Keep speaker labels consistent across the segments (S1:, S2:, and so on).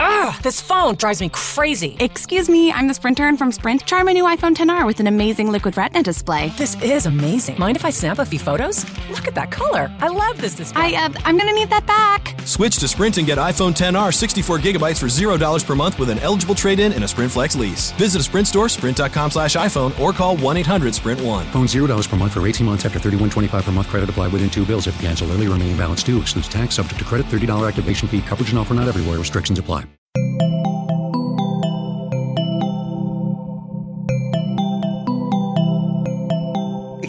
S1: Ugh, Ah, this phone drives me crazy.
S2: Excuse me, I'm the Sprint intern from Sprint. Try my new iPhone 10R with an amazing liquid retina display.
S1: This is amazing. Mind if I snap a few photos? Look at that color. I love this display.
S2: I, uh, I'm gonna need that back.
S3: Switch to Sprint and get iPhone 10R 64 gigabytes for $0 per month with an eligible trade-in and a Sprint Flex lease. Visit a Sprint store, sprint.com slash iPhone, or call 1-800-SPRINT1.
S4: Phone $0 per month for 18 months after 31.25 per month credit applied within two bills. If cancel early, remaining balance due. Excludes tax. Subject to credit. $30 activation fee. Coverage and offer not everywhere. Restrictions apply.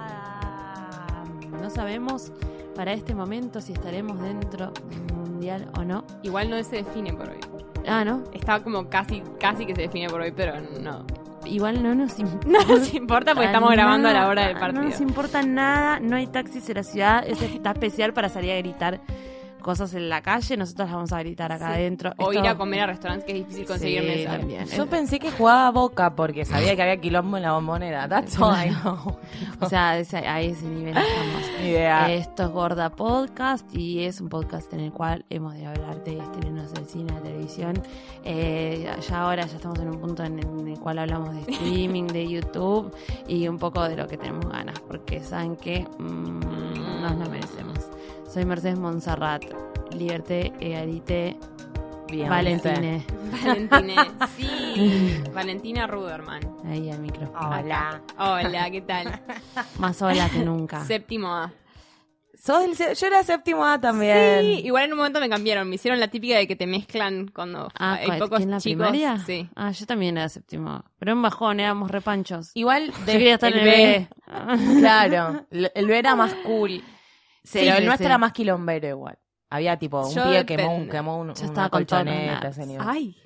S5: Hola. No sabemos para este momento si estaremos dentro del mundial o no.
S6: Igual no se define por hoy.
S5: Ah, no.
S6: Está como casi, casi que se define por hoy, pero no.
S5: Igual no nos importa.
S6: No nos importa porque estamos grabando a la hora del partido.
S5: No nos importa nada. No hay taxis en la ciudad. Es- está especial para salir a gritar cosas en la calle. Nosotros las vamos a gritar acá
S6: Sí.
S5: adentro.
S6: O
S5: Esto-
S6: ir a comer a restaurantes que es difícil conseguir
S5: Sí,
S6: mesa.
S5: también.
S7: Yo pensé que jugaba a Boca porque sabía que había quilombo en la bombonera. That's all I know.
S5: O sea, ese- a ese nivel estamos.
S7: Ni idea.
S5: Esto es Gorda Podcast y es un podcast en el cual hemos de hablar de estrenos del cine, de televisión. Eh, ya ahora ya estamos en un punto en, en el cual hablamos de streaming, de YouTube y un poco de lo que tenemos ganas, porque saben que mm, nos lo merecemos. Soy Mercedes Monserrat, Liberté, E. Earite,
S7: Bien, Marce.
S5: Valentine.
S6: Valentina, sí. Valentina Ruderman.
S5: Ahí al micrófono.
S7: Hola.
S6: Hola, ¿qué tal?
S5: Más sola que nunca.
S6: Séptimo A.
S7: Sos del se- yo era séptimo A también.
S6: Sí, igual en un momento me cambiaron. Me hicieron la típica de que te mezclan cuando
S5: Ah,
S7: eh,
S6: hay
S5: ¿cu-
S6: pocos
S5: ¿quién, la
S6: chicos.
S5: primaria?
S6: Sí.
S5: Ah, yo también era séptimo. Pero un bajón, éramos repanchos.
S7: Igual
S5: Yo quería estar en el B.
S7: Claro. L- El B era más cool.
S5: Sí,
S7: pero el
S5: sí,
S7: nuestro
S5: sí.
S7: era más quilombero igual. Había tipo un
S6: Yo
S7: pibe quemó un,
S6: depende.
S7: quemó un,
S5: Yo
S7: una
S5: estaba con todo,
S7: colchoneta.
S5: nada.
S7: ese nivel.
S6: Ay,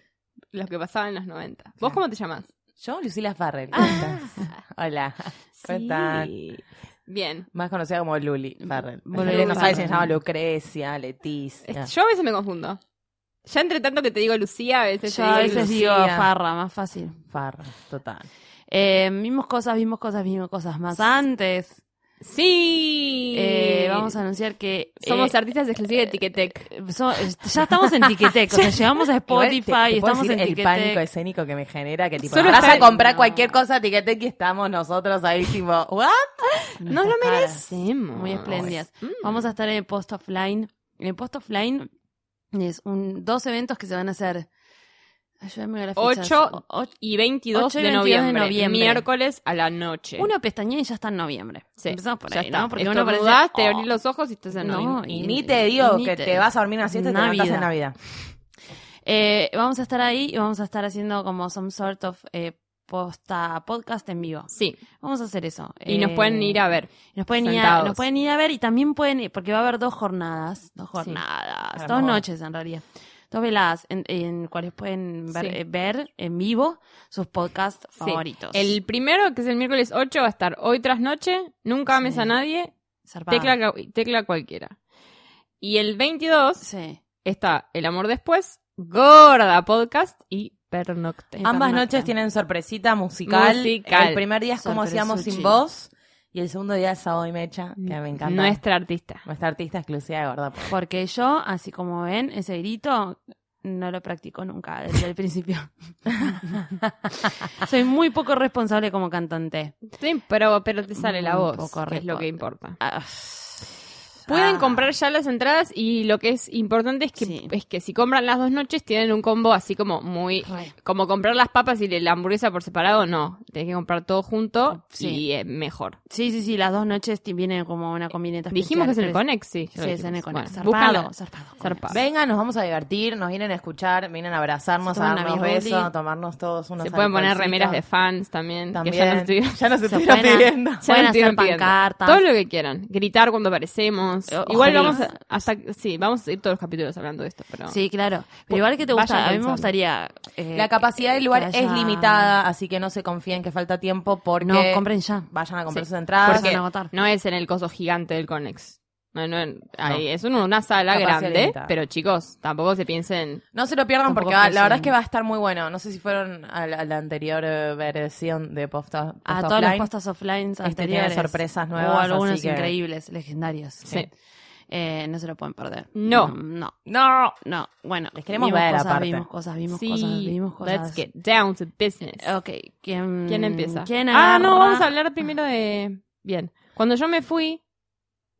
S6: lo que pasaba en los 90. ¿Vos cómo te llamás?
S7: Yo, Lucila Farrell.
S5: Ah.
S7: Hola. ¿Cómo
S6: Sí.
S7: están?
S6: Bien.
S7: Más conocida como Luli Farrell.
S5: Luli
S7: Luli no sabe si se
S5: Farrell.
S7: llama Lucrecia, Leticia.
S6: Yo a veces me confundo. Ya entre tanto que te digo Lucía, a veces
S5: Yo
S6: te
S5: a
S6: digo
S5: veces
S6: Lu-
S5: digo
S7: Lucía.
S5: farra, más fácil.
S7: Farrell, total.
S5: Eh, vimos cosas, vimos cosas, vimos cosas más antes.
S6: Sí.
S5: Eh, vamos a anunciar que... eh,
S6: Somos artistas exclusivos de Ticketek.
S5: eh, so- ya estamos en Tiquetec, o sea, llegamos a
S7: Igual te-
S5: Spotify,
S7: te puedo
S5: estamos
S7: decir
S5: en
S7: el pánico
S5: Tiquetec.
S7: escénico que me genera que tipo
S6: Solo
S7: vas
S6: estar-
S7: a comprar
S5: No.
S7: cualquier cosa etiquete y estamos nosotros ahí tipo what
S6: No lo
S5: Nuestras caras,
S6: merecemos.
S5: Muy espléndidas.
S6: Mm.
S5: Vamos a estar en el post offline. En el post offline es un, dos eventos que se van a hacer. Ayúdame con las fechas.
S6: Ocho
S5: O- o-
S6: Y 22,
S5: 8 y
S6: de,
S5: 22 de
S6: noviembre,
S5: noviembre.
S6: Miércoles a la noche.
S5: Uno pestañea y ya está en noviembre.
S6: Sí,
S5: Empezamos por
S6: ya
S5: ahí,
S6: está.
S5: ¿no? Porque
S6: Esto
S5: uno parece,
S6: dudás, te
S5: oh,
S6: abrís los ojos y estás en
S7: Mm.
S5: No,
S6: noviembre.
S5: y-
S7: y ni te digo
S5: ni
S7: que
S5: te-
S7: te vas a dormir una siesta y te levantas en
S5: Navidad.
S7: Navidad
S5: Eh, vamos a estar ahí y vamos a estar haciendo como some sort of eh, posta podcast en vivo.
S6: Sí,
S5: Vamos a hacer eso.
S6: y nos
S5: Eh,
S6: pueden ir a ver.
S5: Nos pueden ir a,
S6: sentados.
S5: nos pueden ir a ver y también pueden ir, porque va a haber dos jornadas, dos jornadas, dos
S7: Hermoso.
S5: noches en realidad. Dos veladas en, en cuales pueden ver,
S6: Sí.
S5: eh, ver en vivo sus podcasts
S6: Sí.
S5: favoritos.
S6: El primero, que es el miércoles 8, va a estar hoy tras noche, Nunca ames
S5: Sí.
S6: a nadie,
S5: Zarpado.
S6: tecla, ca- tecla cualquiera. Y el 22
S5: Sí.
S6: está El amor después, Gorda Podcast y Pernocte.
S5: Ah,
S7: ambas
S5: Pernocta.
S7: noches tienen sorpresita musical.
S6: Musical.
S7: el primer día es como
S5: Sorpresuchi.
S7: hacíamos sin voz y el segundo día es Sao y Mecha que me encanta
S6: Nuestra artista.
S7: Nuestra artista exclusiva de verdad
S5: Porque yo, así como ven, ese grito no lo practico nunca desde el principio. Soy muy poco responsable como cantante.
S6: Sí, pero, pero te sale la
S5: Muy
S6: voz,
S5: poco
S6: que es lo
S5: responde.
S6: que importa.
S5: Ah,
S6: Pueden
S5: ah,
S6: comprar ya las entradas y lo que es importante es que,
S5: Sí.
S6: es que si compran las dos noches tienen un combo así como muy...
S5: re.
S6: Como comprar las papas y la hamburguesa por separado, no. Tenés que comprar todo junto
S5: Sí.
S6: y eh, mejor.
S5: Sí, sí, sí, las dos noches ti- vienen como una combineta
S6: Dijimos que es en el
S5: especial,
S6: Conex, sí.
S5: pero- Sí, es en el Conex.
S6: Bueno,
S5: zarpado,
S6: búscala.
S5: zarpado, Conex.
S6: Zarpado.
S7: vengan nos vamos a divertir nos vienen a escuchar vienen a abrazarnos
S5: Se
S7: a
S5: toman
S7: darnos
S5: una birruli.
S7: besos a tomarnos todos unos
S6: Se pueden poner
S7: alcoholcitos.
S6: remeras de fans también. Que ya
S7: también
S6: no estuvieron.
S7: ya nos
S5: Se
S7: estuvieron
S5: pueden-
S7: pidiendo
S6: ya
S5: Pueden
S6: nos estuvieron
S5: hacer
S6: pidiendo.
S5: pancartas.
S6: Todo lo que quieran. Gritar cuando aparecemos. veremos.
S5: O-
S6: Igual
S5: ojalá.
S6: vamos a, hasta sí, vamos a ir todos los capítulos hablando de esto,
S7: Ah.
S6: pero
S5: Sí, claro. Pero
S6: Pues,
S5: igual que te
S6: vayan
S5: gusta, a mí me
S6: pensando.
S5: gustaría. eh,
S7: La capacidad del lugar
S5: que
S7: es
S5: haya-
S7: limitada, así que no se confíen que falta tiempo porque
S5: No, compren ya.
S7: vayan a comprar
S6: Sí,
S7: sus entradas.
S5: Porque van a agotar.
S6: no es en el coso gigante del Conex. No, no, en- ahí es un- una sala
S7: Capacidad
S6: grande,
S7: limitada.
S6: pero chicos, tampoco se piensen
S7: No se lo pierdan
S5: Tampoco
S7: porque va- la verdad
S5: ofrecen-
S7: es que va a estar muy bueno. No sé si fueron a la, a la anterior eh, versión de Posta, Posta
S5: a todas
S7: Offline.
S5: las postas offline
S7: Este,
S5: anteriores.
S7: tiene sorpresas
S5: Hubo
S7: nuevas,
S5: algunos
S7: así que-
S5: increíbles, legendarios.
S6: Sí.
S5: Eh, no se lo pueden perder.
S6: No.
S5: No.
S7: No.
S5: No. Bueno.
S7: Les queremos
S5: vimos
S7: ver,
S5: cosas,
S7: aparte.
S5: Vimos cosas, vimos
S6: "Ah, Sí,
S5: cosas, vimos cosas.
S6: Let's get down to business.
S5: Ok. ¿Quién,
S6: ¿Quién empieza?
S5: ¿Quién
S6: ah, no,
S5: agarra?
S6: vamos a hablar primero de bien. Cuando yo me fui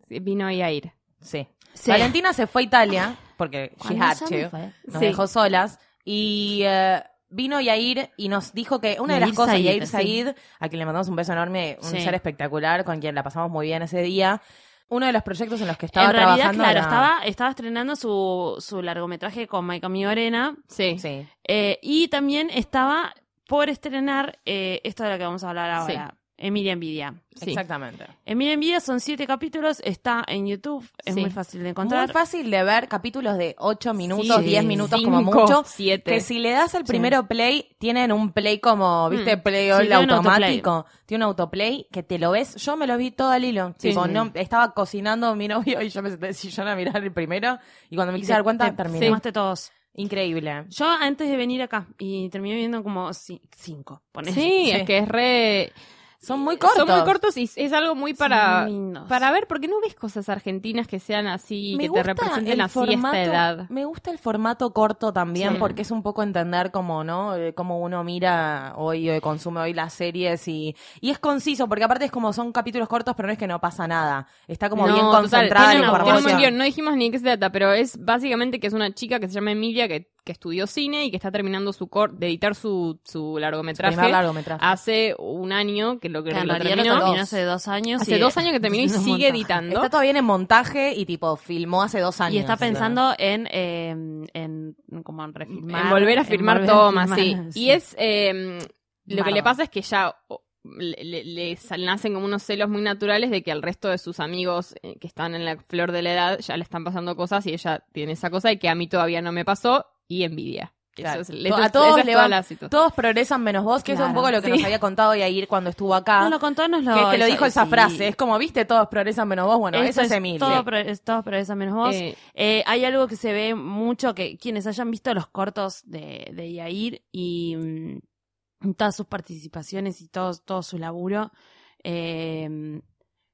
S6: vino Yair.
S7: Sí.
S5: Sí.
S7: Valentina se fue a Italia porque she
S5: Cuando
S7: had
S5: ya me
S7: to.
S5: fue.
S7: Nos
S6: Sí.
S7: dejó solas y eh, vino Yair y nos dijo que una de
S5: Yair
S7: las cosas,
S5: Said,
S7: Yair
S5: sí.
S7: Said, a quien le mandamos un beso enorme, un
S5: Sí.
S7: ser espectacular con quien la pasamos muy bien ese día. Uno de los proyectos en los que estaba
S5: En realidad,
S7: trabajando
S5: claro,
S7: era-
S5: estaba, estaba estrenando su, su largometraje con Maika Miorena.
S6: Sí.
S7: Sí.
S5: Eh, y también estaba por estrenar eh, esto de lo que vamos a hablar ahora. Emilia Envidia.
S6: Sí.
S7: Exactamente.
S5: Emilia Envidia son siete capítulos, está en YouTube, es
S6: Sí.
S5: muy fácil de
S7: Muy
S5: encontrar.
S7: fácil de ver capítulos de 8 minutos,
S5: Sí.
S7: 10 minutos como
S6: Cinco,
S7: mucho.
S6: siete.
S7: Que si le das al primero play, tienen un play como, ¿viste?
S6: Mm.
S7: Play
S5: Sí,
S7: all
S5: tiene un
S7: automático. Tiene un autoplay que te lo ves. Yo me lo vi todo al hilo.
S5: Sí.
S7: Tipo,
S5: Sí.
S7: no, estaba cocinando mi novio y yo me senté en el sillón a mirar el primero. Y cuando me
S5: Y
S7: quise
S5: te-
S7: dar cuenta,
S5: te
S7: terminé.
S5: fumaste todos.
S7: Increíble.
S5: Yo antes de venir acá y terminé viendo como ci- cinco.
S6: Sí,
S5: ponele.
S6: es que es re
S7: Son muy cortos.
S6: Son muy cortos y es algo muy para
S5: Son lindos.
S6: para ver porque no ves cosas argentinas que sean así que
S7: Me
S6: te
S7: gusta
S6: representen
S7: el
S6: así
S7: formato-
S6: esta edad.
S7: Me gusta el formato corto también
S6: Sí.
S7: porque es un poco entender cómo, ¿no? Eh, Cómo uno mira hoy, eh, consume hoy las series y, y es conciso porque aparte es como son capítulos cortos pero no es que no pasa nada. Está como
S6: No,
S7: bien
S6: total,
S7: concentrada
S6: tiene
S7: la
S6: un- tiene un buen
S7: información.
S6: guión. No dijimos ni de qué se trata, pero es básicamente que es una chica que se llama Emilia que, que estudió cine y que está terminando su cor de editar su, su largometraje.
S7: Primer largometraje.
S6: Hace un año que lo que
S5: Que en
S6: lo
S5: realidad lo
S6: terminó.
S5: terminó hace dos años.
S6: Hace
S5: y-
S6: dos años que terminó y
S5: haciendo un
S6: sigue
S5: montón.
S6: editando.
S7: Está todavía en montaje y tipo filmó hace dos años.
S5: Y está
S7: O
S5: pensando en, eh, en como en refilmar.
S6: en volver a
S5: en
S6: firmar
S5: volver a
S6: tomas, sí.
S5: filmar,
S6: Y es eh, lo que
S5: Bardo.
S6: le pasa es que ya o, le, le- le sal- nacen como unos celos muy naturales de que al resto de sus amigos eh, que están en la flor de la edad ya le están pasando cosas y ella tiene esa cosa y que a mí todavía no me pasó y envidia.
S7: sea,
S6: Eso es-
S7: claro.
S6: eso
S7: a
S6: es- esa
S7: todos
S6: es
S7: le
S6: toda
S7: van-
S6: la situación.
S7: todos progresan menos vos, que eso es un
S5: Claro,
S7: poco lo que
S5: sí.
S7: nos había contado Yair cuando estuvo acá.
S5: No lo contó, nos lo.
S7: que, que lo
S5: eso-
S7: dijo esa
S5: sí.
S7: frase, es como, viste, todos progresan menos vos, bueno,
S5: Esto
S7: eso es Emilia.
S5: Todo, pro- es todo progresa menos vos.
S6: Eh,
S5: Eh, hay algo que se ve mucho, que quienes hayan visto los cortos de, de Yair y mm, todas sus participaciones y todo, todo su laburo, eh,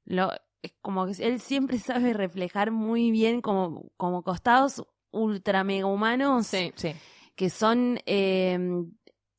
S5: lo, es como que él siempre sabe reflejar muy bien como, como costados ultra mega humanos
S6: sí.
S7: Sí.
S5: que son eh,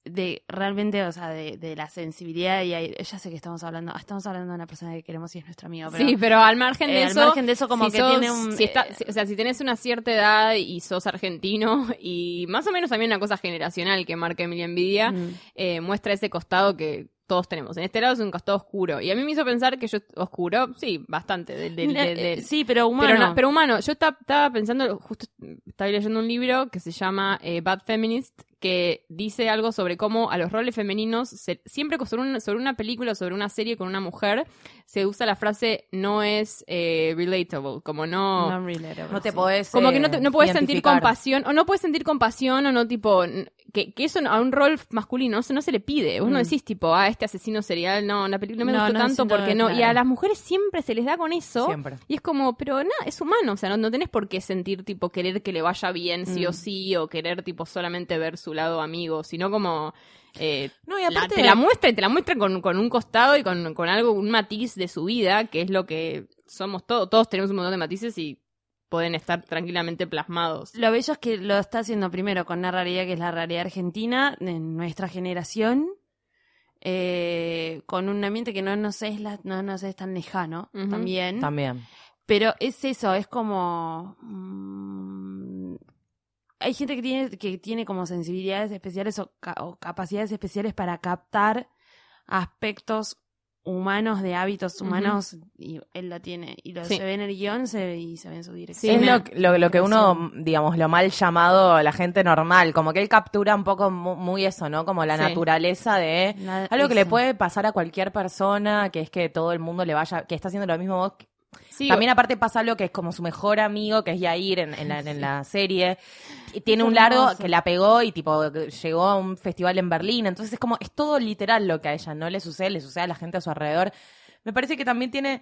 S5: de realmente, o sea, de, de la sensibilidad. Y ahí- ya sé que estamos hablando, estamos hablando de una persona que queremos y es nuestro amigo, pero
S6: Sí, pero al margen
S5: eh,
S6: de eso,
S5: al margen de eso, como
S6: si
S5: que
S6: sos-
S5: tiene un.
S6: si está-
S5: eh,
S6: si- o sea, si tenés una cierta edad y sos argentino y más o menos también una cosa generacional que marca Emilia Envidia,
S5: mm.
S6: eh, muestra ese costado que todos tenemos. En este lado es un costado oscuro. Y a mí me hizo pensar que yo, oscuro, sí, bastante. Del, del-
S5: Eh,
S6: del- del-
S5: sí, pero humano.
S6: Pero, no- pero humano, yo ta- estaba pensando, justo estaba leyendo un libro que se llama eh, Bad Feminist, que dice algo sobre cómo a los roles femeninos, se- siempre con- sobre, un- sobre una película, sobre una serie con una mujer, se usa la frase no es eh, relatable, como no...
S7: No te podés.
S6: Como
S7: eh,
S6: que no, te- no puedes sentir
S7: identificar.
S6: compasión, o no puedes sentir compasión, o no tipo, n- que, que eso a un rol masculino no se, no se le pide. Vos no decís tipo, ah, este asesino serial, no, en la película no me
S5: No,
S6: gustó
S5: no,
S6: tanto
S5: sí, no,
S6: porque no. Y a
S5: claro.
S6: las mujeres siempre se les da con eso.
S7: Siempre.
S6: Y es como, pero nada, es humano, o sea, no, no tenés por qué sentir tipo querer que le vaya bien sí o sí, o querer tipo solamente ver su lado amigo, sino como... eh,
S7: No, y
S6: la-
S7: aparte-
S6: te la muestra y te la muestra con, con un costado y con, con algo, un matiz de su vida, que es lo que somos todos. Todos tenemos un montón de matices y pueden estar tranquilamente plasmados.
S5: Lo bello es que lo está haciendo primero con una realidad que es la realidad argentina, de nuestra generación, eh, con un ambiente que no nos es, la- no nos es tan lejano
S6: Ujú.
S5: también.
S7: También.
S5: Pero es eso, es como... mm, hay gente que tiene, que tiene como sensibilidades especiales o, ca- o capacidades especiales para captar aspectos humanos, de hábitos
S6: Ujú.
S5: humanos, y él lo tiene. Y lo
S6: Sí.
S5: se ve en el guión se ve- y se ve en su dirección.
S6: Sí,
S7: es
S6: me-
S7: lo, que- lo, lo que uno,
S5: impresión.
S7: digamos, lo mal llamado la gente normal. Como que él captura un poco mu- muy, eso, ¿no? Como la
S6: Sí.
S7: naturaleza de
S5: La-
S7: algo que le
S5: eso.
S7: puede pasar a cualquier persona, que es que todo el mundo le vaya, que está haciendo lo mismo vos,
S6: Sí,
S7: También aparte pasa lo que es como su mejor amigo, que es Yair en, en la, en la serie. Y Tiene
S5: Es
S7: un largo
S5: hermoso.
S7: que la pegó y tipo llegó a un festival en Berlín. Entonces es como, es todo literal lo que a ella no le sucede, le sucede a la gente a su alrededor. Me parece que también tiene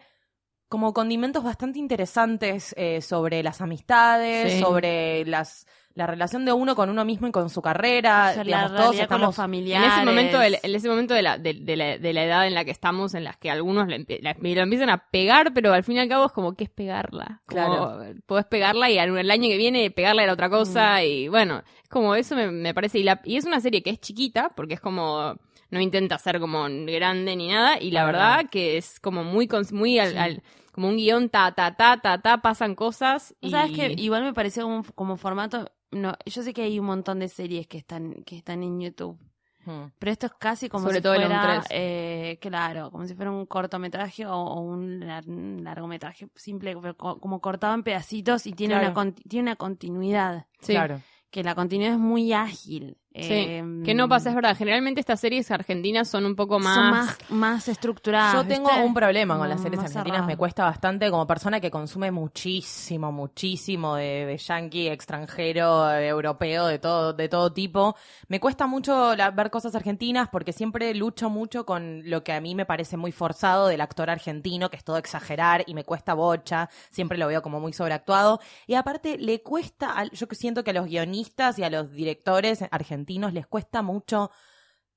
S7: como condimentos bastante interesantes eh, sobre las amistades,
S6: Sí.
S7: sobre las la relación de uno con uno mismo y con su carrera.
S5: Sobre la
S7: Digamos, todos
S5: realidad con los
S6: En
S7: estamos
S5: familiares.
S6: ese momento, el- en ese momento de, la, de, de la, de la edad en la que estamos, en las que algunos la empie- la- lo empiezan a pegar, pero al fin y al cabo es como, ¿qué es pegarla? Como,
S7: Claro.
S6: Podés pegarla y al- el año que viene pegarla era otra cosa y bueno, es como eso me, me parece. Y, la- y es una serie que es chiquita porque es como, no intenta ser como grande ni nada y la
S7: La
S6: verdad,
S7: verdad.
S6: que es como muy, cons- muy al, al- como un guión ta, ta, ta, ta, ta, pasan cosas.
S5: ¿No
S6: y-
S5: ¿Sabes que Igual me pareció como, como formato. No, yo sé que hay un montón de series que están, que están en YouTube.
S7: Mm.
S5: Pero esto es casi como
S6: Sobre
S5: si
S6: todo el
S5: fuera,
S6: On3.
S5: eh, claro, como si fuera un cortometraje o, o un lar- un largometraje simple, pero co- como cortado en pedacitos y tiene,
S7: Claro.
S5: una, conti- tiene una continuidad.
S6: Sí.
S7: Claro.
S5: Que la continuidad es muy ágil.
S6: Sí,
S5: eh,
S6: que no pasa, es
S7: Em,
S6: verdad. Generalmente estas series argentinas son un poco más.
S5: Son más, más estructuradas.
S7: Yo tengo
S5: ¿viste?
S7: un problema con
S5: Como
S7: las series
S5: este, mm, más
S7: argentinas,
S5: cerradas.
S7: me cuesta bastante como persona que consume muchísimo, muchísimo de, de yankee, extranjero, de europeo, de todo, de todo tipo. Me cuesta mucho la- ver cosas argentinas porque siempre lucho mucho con lo que a mí me parece muy forzado del actor argentino, que es todo exagerar y me cuesta bocha, siempre lo veo como muy sobreactuado. Y aparte le cuesta, al- yo que siento que a los guionistas y a los directores argentinos les cuesta mucho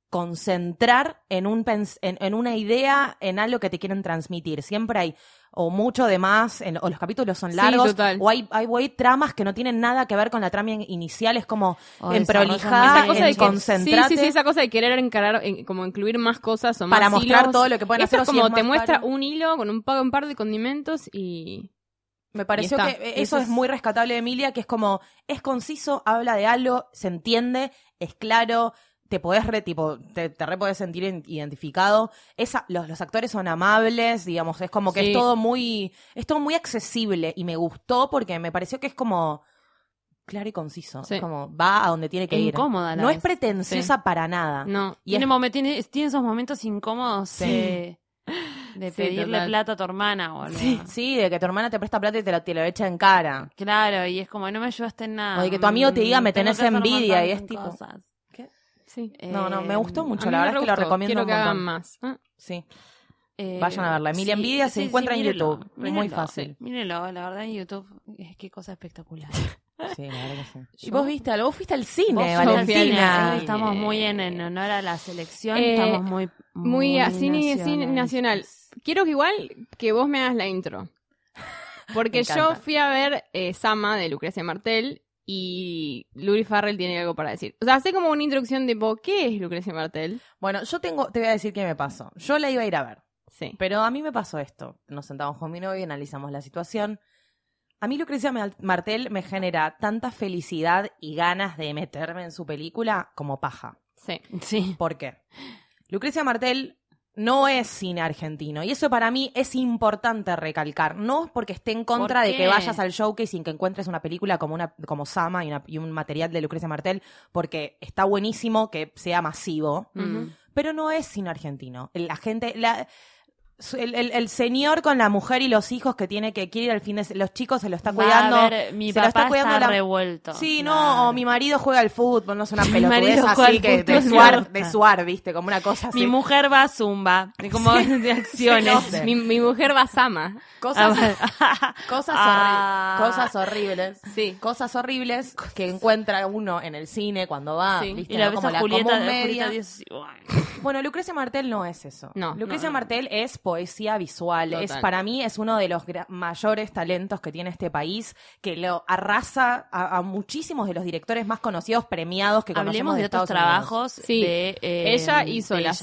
S7: concentrar en, un pens- en, en una idea, en algo que te quieren transmitir. Siempre hay o mucho de más, en- o los capítulos son
S6: Sí,
S7: largos,
S6: total.
S7: o hay, hay, o hay tramas que no tienen nada que ver con la trama in- inicial, es como
S5: O
S7: en
S5: desarrollan
S7: prolijada,
S5: más
S6: esa cosa
S7: en
S6: de que,
S7: concentrate.
S6: Sí, sí, sí, esa cosa de querer encarar, en- como incluir más cosas o más
S7: Para mostrar
S6: hilos.
S7: todo lo que pueden
S6: Esto
S7: hacer
S6: es
S7: o si
S6: como
S7: es
S6: te
S7: más
S6: muestra
S7: caro.
S6: un hilo con un, pa- un par de condimentos y.
S7: Me pareció
S6: Y
S7: que
S6: está.
S7: eh,
S6: Y eso
S7: eso es
S6: es-
S7: muy rescatable de Emilia, que es como, es conciso, habla de algo, se entiende, es claro, te podés re, tipo, te, te re podés sentir in- identificado. Esa, los, los actores son amables, digamos, es como que
S6: Sí.
S7: es todo muy, es todo muy accesible y me gustó porque me pareció que es como claro y conciso.
S6: Sí.
S7: Es como, va a donde tiene que
S5: E
S7: ir.
S5: incómoda a la
S7: no
S5: vez.
S7: es pretenciosa para nada.
S6: No.
S7: Y
S5: tiene,
S7: es-
S5: momen- tiene, tiene esos momentos incómodos de, de
S6: Sí,
S5: pedirle
S6: total.
S5: plata a tu hermana, boludo.
S7: Sí, de que tu hermana te presta plata y te lo, te lo echa en cara.
S5: Claro, y es como, no me ayudaste en nada.
S7: O de que tu amigo te diga, me
S5: Tengo
S7: tenés
S5: que hacer un
S7: envidia,
S5: montón
S7: y es
S5: de
S7: tipo-
S5: cosas.
S6: Sí.
S7: No, no, me
S5: Eh,
S7: gustó mucho,
S6: Em, A
S7: la
S6: mí me
S7: verdad es que lo
S6: re gustó,
S7: recomiendo
S6: Quiero
S7: un
S6: que hagan
S7: montón.
S6: más. Ah,
S7: Sí.
S5: eh,
S7: Vayan a verla. Emilia Envidia se encuentra en
S5: mírenlo,
S7: YouTube. Es muy fácil.
S5: Mírenlo, la verdad en YouTube, es qué cosa espectacular.
S7: Sí, la verdad que sí.
S5: Yo-
S7: ¿Y vos viste algo? Vos fuiste al cine,
S5: Vos sos
S7: Valentina.
S5: argentina, Estamos muy en, en honor a la selección,
S6: Eh,
S5: estamos muy...
S6: muy a cine- cine nacional. Quiero que igual que vos me hagas la intro. Porque
S7: Me
S6: yo
S7: encanta.
S6: fui a ver eh, Sama de Lucrecia Martel y Luri Farrell tiene algo para decir. O sea, hace como una introducción de ¿qué es Lucrecia Martel?
S7: Bueno, yo tengo, te voy a decir qué me pasó. Yo la iba a ir a ver,
S6: Sí.
S7: pero a mí me pasó esto. Nos sentamos con mi novio y analizamos la situación. A mí Lucrecia Mal- Martel me genera tanta felicidad y ganas de meterme en su película como paja.
S6: Sí.
S5: Sí.
S7: ¿Por qué? Lucrecia Martel no es cine argentino y eso para mí es importante recalcar. No porque esté en contra
S5: ¿Por
S7: de
S5: qué?
S7: que vayas al showcase sin que encuentres una película como una como Sama y, una- y un material de Lucrecia Martel, porque está buenísimo que sea masivo,
S6: Ujú.
S7: pero no es cine argentino. La gente, la- su- el, el- el señor con la mujer y los hijos que tiene que quiere ir al fin de se- los chicos se lo está
S5: Va a
S7: cuidando.
S5: ver, mi
S7: se lo
S5: papá
S7: está cuidando la-
S5: revuelto.
S7: Sí,
S5: Claro.
S7: no, o mi marido juega al fútbol, no es una
S5: Mi marido
S7: pelotudez
S5: juega
S7: así
S5: al
S7: que de
S5: fútbol,
S7: suar,
S5: me
S7: de
S5: gusta.
S7: suar, viste, como una cosa así.
S5: Mi mujer va a Zumba, de como de acciones.
S7: no sé.
S6: Mi, mi mujer va a Sama.
S7: cosas,
S5: Ah,
S7: cosas, horri-
S5: Ah.
S7: cosas horribles.
S6: Sí.
S7: Cosas horribles que encuentra uno en el cine cuando va,
S6: Sí.
S7: viste,
S5: y la
S7: ¿no?
S5: ves
S7: como
S5: a
S7: la
S5: Julieta,
S7: común
S5: Julieta
S7: media.
S5: Díaz, y, bueno.
S7: Bueno, Lucrecia Martel no es eso.
S6: No,
S7: Lucrecia
S6: no, no.
S7: Martel es poesía visual. Es,
S6: Total.
S7: para mí es uno de los gra- mayores talentos que tiene este país, que lo arrasa a, a muchísimos de los directores más conocidos, premiados que
S5: Hablemos
S7: conocemos
S5: de,
S7: de
S5: otros
S7: Estados Unidos.
S5: trabajos.
S6: Sí.
S5: de, eh,
S6: Ella hizo
S5: de
S6: La
S5: ella.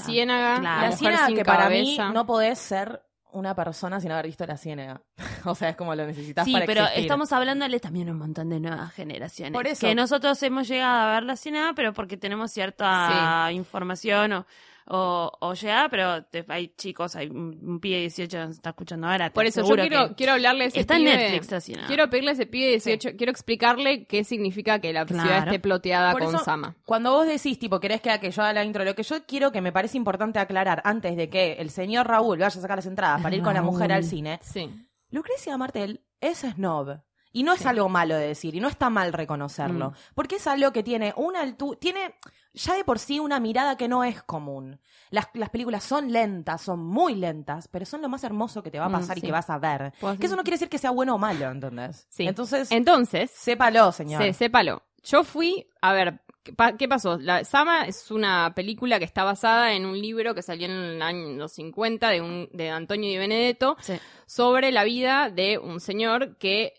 S5: Claro.
S6: Ciénaga,
S7: Em, La
S6: Mujer
S7: ciénaga
S6: sin
S7: que para
S6: cabeza.
S7: mí no podés ser una persona sin haber visto la ciénaga. o sea, es como lo necesitas
S5: Sí,
S7: para
S5: pero
S7: existir.
S5: estamos hablándole también a un montón de nuevas generaciones.
S7: Por eso.
S5: Que nosotros hemos llegado a ver la cena, pero porque tenemos cierta información o, o, o llegada, pero te- hay chicos, hay un, un pibe de 18 que nos está escuchando ahora. te
S6: Por eso yo
S5: aseguro
S6: quiero,
S5: que
S6: quiero hablarle a ese
S5: Está en
S6: pibe.
S5: Netflix la Ciénaga.
S6: Quiero pedirle a ese pibe de 18, quiero explicarle qué significa que la
S5: Claro.
S6: ciudad esté ploteada
S7: Por
S6: con
S7: eso,
S6: Sama.
S7: Cuando vos decís, tipo, querés que, que yo haga la intro, lo que yo quiero que me parece importante aclarar antes de que el señor Raúl vaya a sacar las entradas para ir con la mujer al cine,
S6: Sí.
S7: Lucrecia Martel es snob. Y no es algo malo de decir, y no está mal reconocerlo.
S5: Mm.
S7: Porque es algo que tiene una altura, tiene ya de por sí una mirada que no es común. Las, las películas son lentas, son muy lentas, pero son lo más hermoso que te va a
S5: Mm,
S7: pasar y
S5: sí.
S7: que vas a ver.
S6: Puedo
S7: Que eso
S6: hacer-
S7: no quiere decir que sea bueno o malo, ¿entendés?
S6: Sí.
S7: Entonces,
S6: Entonces,
S7: sépalo, señor.
S6: Sí, sépalo. Yo fui, a ver, ¿qué pa- ¿qué pasó? La, Sama es una película que está basada en un libro que salió en el año los 50 de, un, de Antonio Di Benedetto
S5: Sí.
S6: sobre la vida de un señor que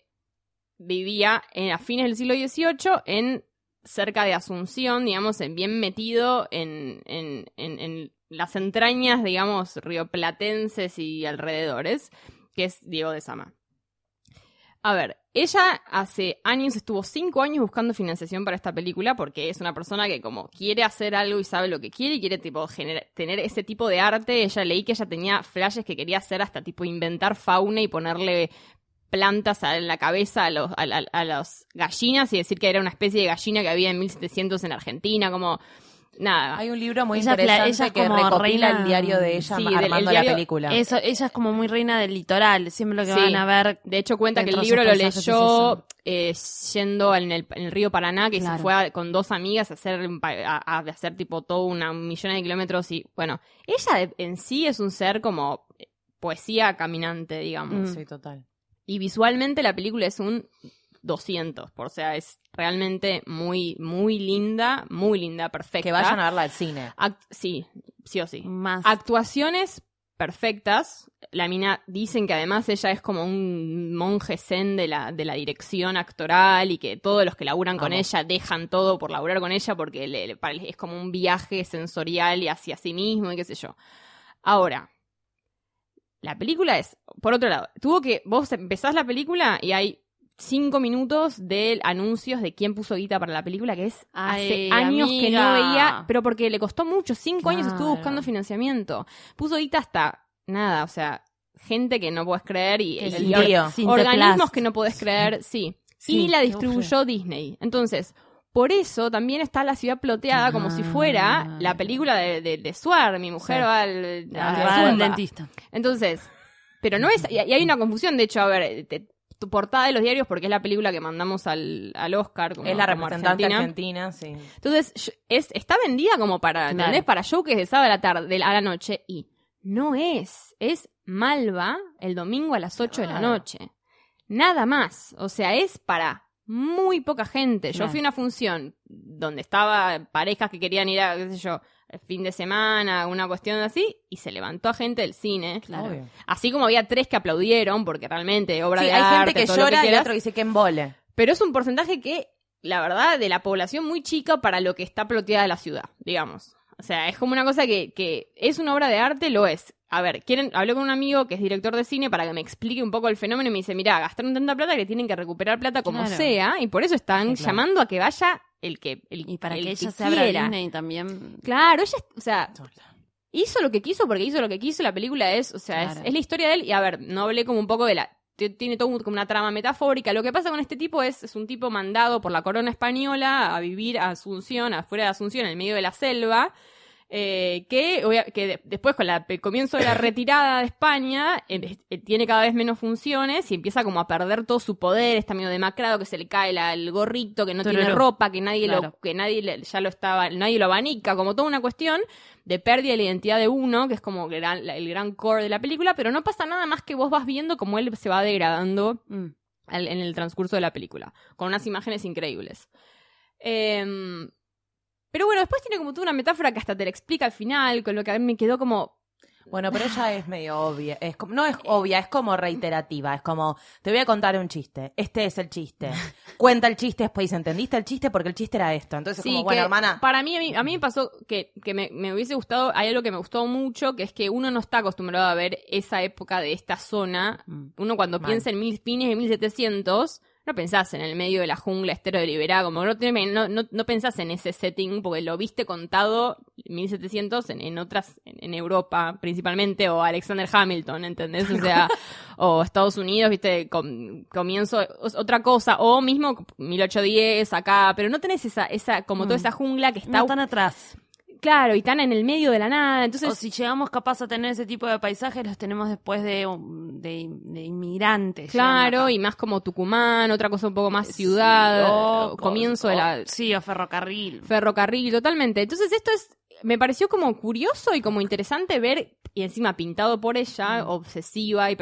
S6: vivía en, a fines del siglo XVIII en cerca de Asunción, digamos, en- bien metido en, en, en- en las entrañas, digamos, rioplatenses y alrededores, que es Diego de Sama. A ver, ella hace años estuvo cinco años buscando financiación para esta película porque es una persona que como quiere hacer algo y sabe lo que quiere y quiere tipo gener- tener ese tipo de arte. Ella leí que ella tenía flashes que quería hacer hasta tipo inventar fauna y ponerle plantas a la cabeza a, los, a, a- a las gallinas y decir que era una especie de gallina que había en 1700 en Argentina, como nada.
S7: Hay un libro muy
S5: Ella fla-
S7: interesante
S5: ella es
S7: que
S5: como
S7: recopila
S5: reina-
S7: el diario de ella
S6: Sí, del- el
S7: armando la
S6: diario-
S7: película.
S5: Eso, ella es como muy reina del litoral, siempre lo que
S6: Sí.
S5: van a ver.
S6: De hecho, cuenta que el
S5: Dentro de
S6: libro lo
S5: sus paisajes es
S6: leyó
S5: eso.
S6: eh, yendo en el, en el río Paraná, que
S5: Claro.
S6: se fue a- con dos amigas a hacer, un pa- a, a hacer tipo todo una millón de kilómetros. Y bueno, ella de- en sí es un ser como eh, poesía caminante,
S5: Mm.
S6: digamos.
S7: Sí, total.
S6: Y visualmente la película es un 200, por- o sea, es realmente muy, muy linda, muy linda, perfecta.
S7: Que vayan a verla al cine.
S6: Act- sí, sí o sí.
S5: Más.
S6: Actuaciones perfectas. La mina dicen que además ella es como un monje zen de la, de la dirección actoral y que todos los que laburan con
S7: Amo.
S6: ella dejan todo por laburar con ella porque le- le- para- es como un viaje sensorial y hacia sí mismo y qué sé yo. Ahora, la película es, por otro lado, tuvo que, vos empezás la película y hay cinco minutos de anuncios de quién puso guita para la película, que es
S5: Ay,
S6: hace años que no
S5: amiga.
S6: veía, pero porque le costó mucho, cinco años estuvo
S5: Claro.
S6: buscando financiamiento. Puso guita hasta nada, o sea, gente que no podés creer y,
S5: Que
S6: y
S5: sí.
S6: or-
S7: Tío.
S5: Sinterklaas.
S6: organismos que no podés creer, sí.
S5: Sí,
S6: y la
S5: qué
S6: distribuyó Disney. Entonces, por eso también está la ciudad ploteada como si fuera la
S5: Claro.
S6: película de, de, de Suar, mi mujer
S5: Sí.
S6: va al, a la
S5: Ah, va al
S6: zumba.
S5: dentista.
S6: Entonces, pero no es. Y y hay una confusión, de hecho, a ver, eh, te- tu portada de los diarios, porque es la película que mandamos al, al Oscar. Como,
S7: es la
S6: Ah, como
S7: representante
S6: Argentina.
S7: argentina, sí.
S6: Entonces, yo- es, está vendida como para,
S5: Claro.
S6: ¿entendés? Para showcase de sábado a la tarde, de la- a la noche, y no es. Es Malva el domingo a las 8 de la
S7: Claro.
S6: noche. Nada más. O sea, es para muy poca gente. Yo
S5: Claro.
S6: fui a una función donde estaba parejas que querían ir a, qué sé yo, el fin de semana, una cuestión así, y se levantó a gente del cine.
S5: Claro.
S7: Obvio.
S6: Así como había tres que aplaudieron, porque realmente obra
S7: Sí,
S6: de
S7: hay
S6: arte,
S7: gente que
S6: todo lo
S7: llora y el
S6: quieras,
S7: otro dice que embole.
S6: pero es un porcentaje que, la verdad, de la población muy chica para lo que está ploteada la ciudad, digamos. O sea, es como una cosa que, que es una obra de arte, lo es. A ver, quieren, hablé con un amigo que es director de cine para que me explique un poco el fenómeno y me dice, mira, gastaron tanta plata que tienen que recuperar plata como
S5: Claro.
S6: sea y por eso están
S5: Sí, claro.
S6: llamando a que vaya el que el,
S5: Y para
S6: el
S5: que ella se abra
S6: quiera.
S5: Disney también.
S6: Claro, ella, o sea, hizo lo que quiso porque hizo lo que quiso. La película es, o sea, es-
S5: Claro.
S6: es, la historia de él. Y a ver, no hablé como un poco de la. t- Tiene todo un- como una trama metafórica. Lo que pasa con este tipo es, es un tipo mandado por la corona española a vivir a Asunción, afuera de Asunción, en el medio de la selva. eh, que, obvia- que de- después con la- el comienzo de la retirada de España eh, eh, tiene cada vez menos funciones y empieza como a perder todo su poder, está medio demacrado, que se le cae la- el gorrito, que no tiene
S5: Tururú.
S6: ropa, que nadie
S5: Claro.
S6: lo, que nadie le- ya lo estaba, nadie lo abanica, como toda una cuestión de pérdida de la identidad de uno, que es como gran- la- el gran core de la película, pero no pasa nada más que vos vas viendo cómo él se va degradando
S5: Mm.
S6: al- en el transcurso de la película, con unas imágenes increíbles. Em, pero bueno, después tiene como toda una metáfora que hasta te la explica al final, con lo que a mí me quedó como...
S7: Bueno, pero ella es medio obvia. Es como- no es obvia, es como reiterativa. Es como, te voy a contar un chiste. Este es el chiste. Cuenta el chiste después. ¿Entendiste el chiste? Porque el chiste era esto. Entonces, como, bueno,
S6: que
S7: hermana.
S6: Para mí, a mí, a mí me pasó que, que me, me hubiese gustado, hay algo que me gustó mucho, que es que uno no está acostumbrado a ver esa época de esta zona. Uno cuando
S7: Mm. Mal.
S6: piensa en mil pines de 1700, no pensás en el medio de la jungla estero de Liberá, como no, tiene- no, no, no pensás en ese setting, porque lo viste contado 1700 en, en otras, en, en Europa principalmente, o Alexander Hamilton, ¿entendés? O sea, o Estados Unidos, viste, com- comienzo o- otra cosa, o mismo 1810 acá, pero no tenés esa, esa como toda
S5: Mm.
S6: esa jungla que está
S5: No tan atrás.
S6: claro, y tan en el medio de la nada. Entonces,
S5: o si llegamos capaz a tener ese tipo de paisajes, los tenemos después de, um, de, de inmigrantes.
S6: claro,
S5: llegan
S6: y más como Tucumán, otra cosa un poco más
S5: acá.
S6: ciudad,
S5: Sí, o-
S6: o comienzo de la
S5: o- Sí, o ferrocarril.
S6: ferrocarril, totalmente. Entonces esto es, me pareció como curioso y como interesante ver, y encima pintado por ella, obsesiva y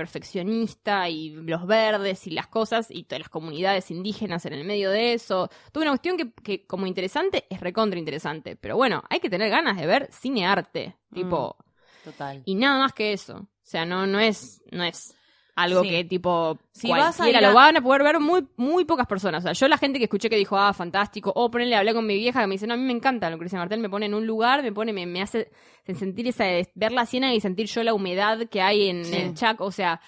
S6: perfeccionista, y los verdes y las cosas, y todas las comunidades indígenas en el medio de eso. Toda una cuestión que, que como interesante es recontra interesante. Pero bueno, hay que tener ganas de ver cine arte, tipo,
S7: Total.
S6: y nada más que eso. O sea, no, no es, no es algo
S7: Sí.
S6: que tipo
S7: Si
S6: cualquiera
S7: vas a ir a-
S6: lo van a poder ver muy, muy pocas personas. O sea, yo la gente que escuché que dijo, ah, fantástico, o ponele, hablé con mi vieja que me dice, no, a mí me encanta Lucrecia Martel, me pone en un lugar, me pone, me, me hace sentir esa, ver la ciénaga y sentir yo la humedad que hay en
S7: Sí.
S6: el Chaco. O sea,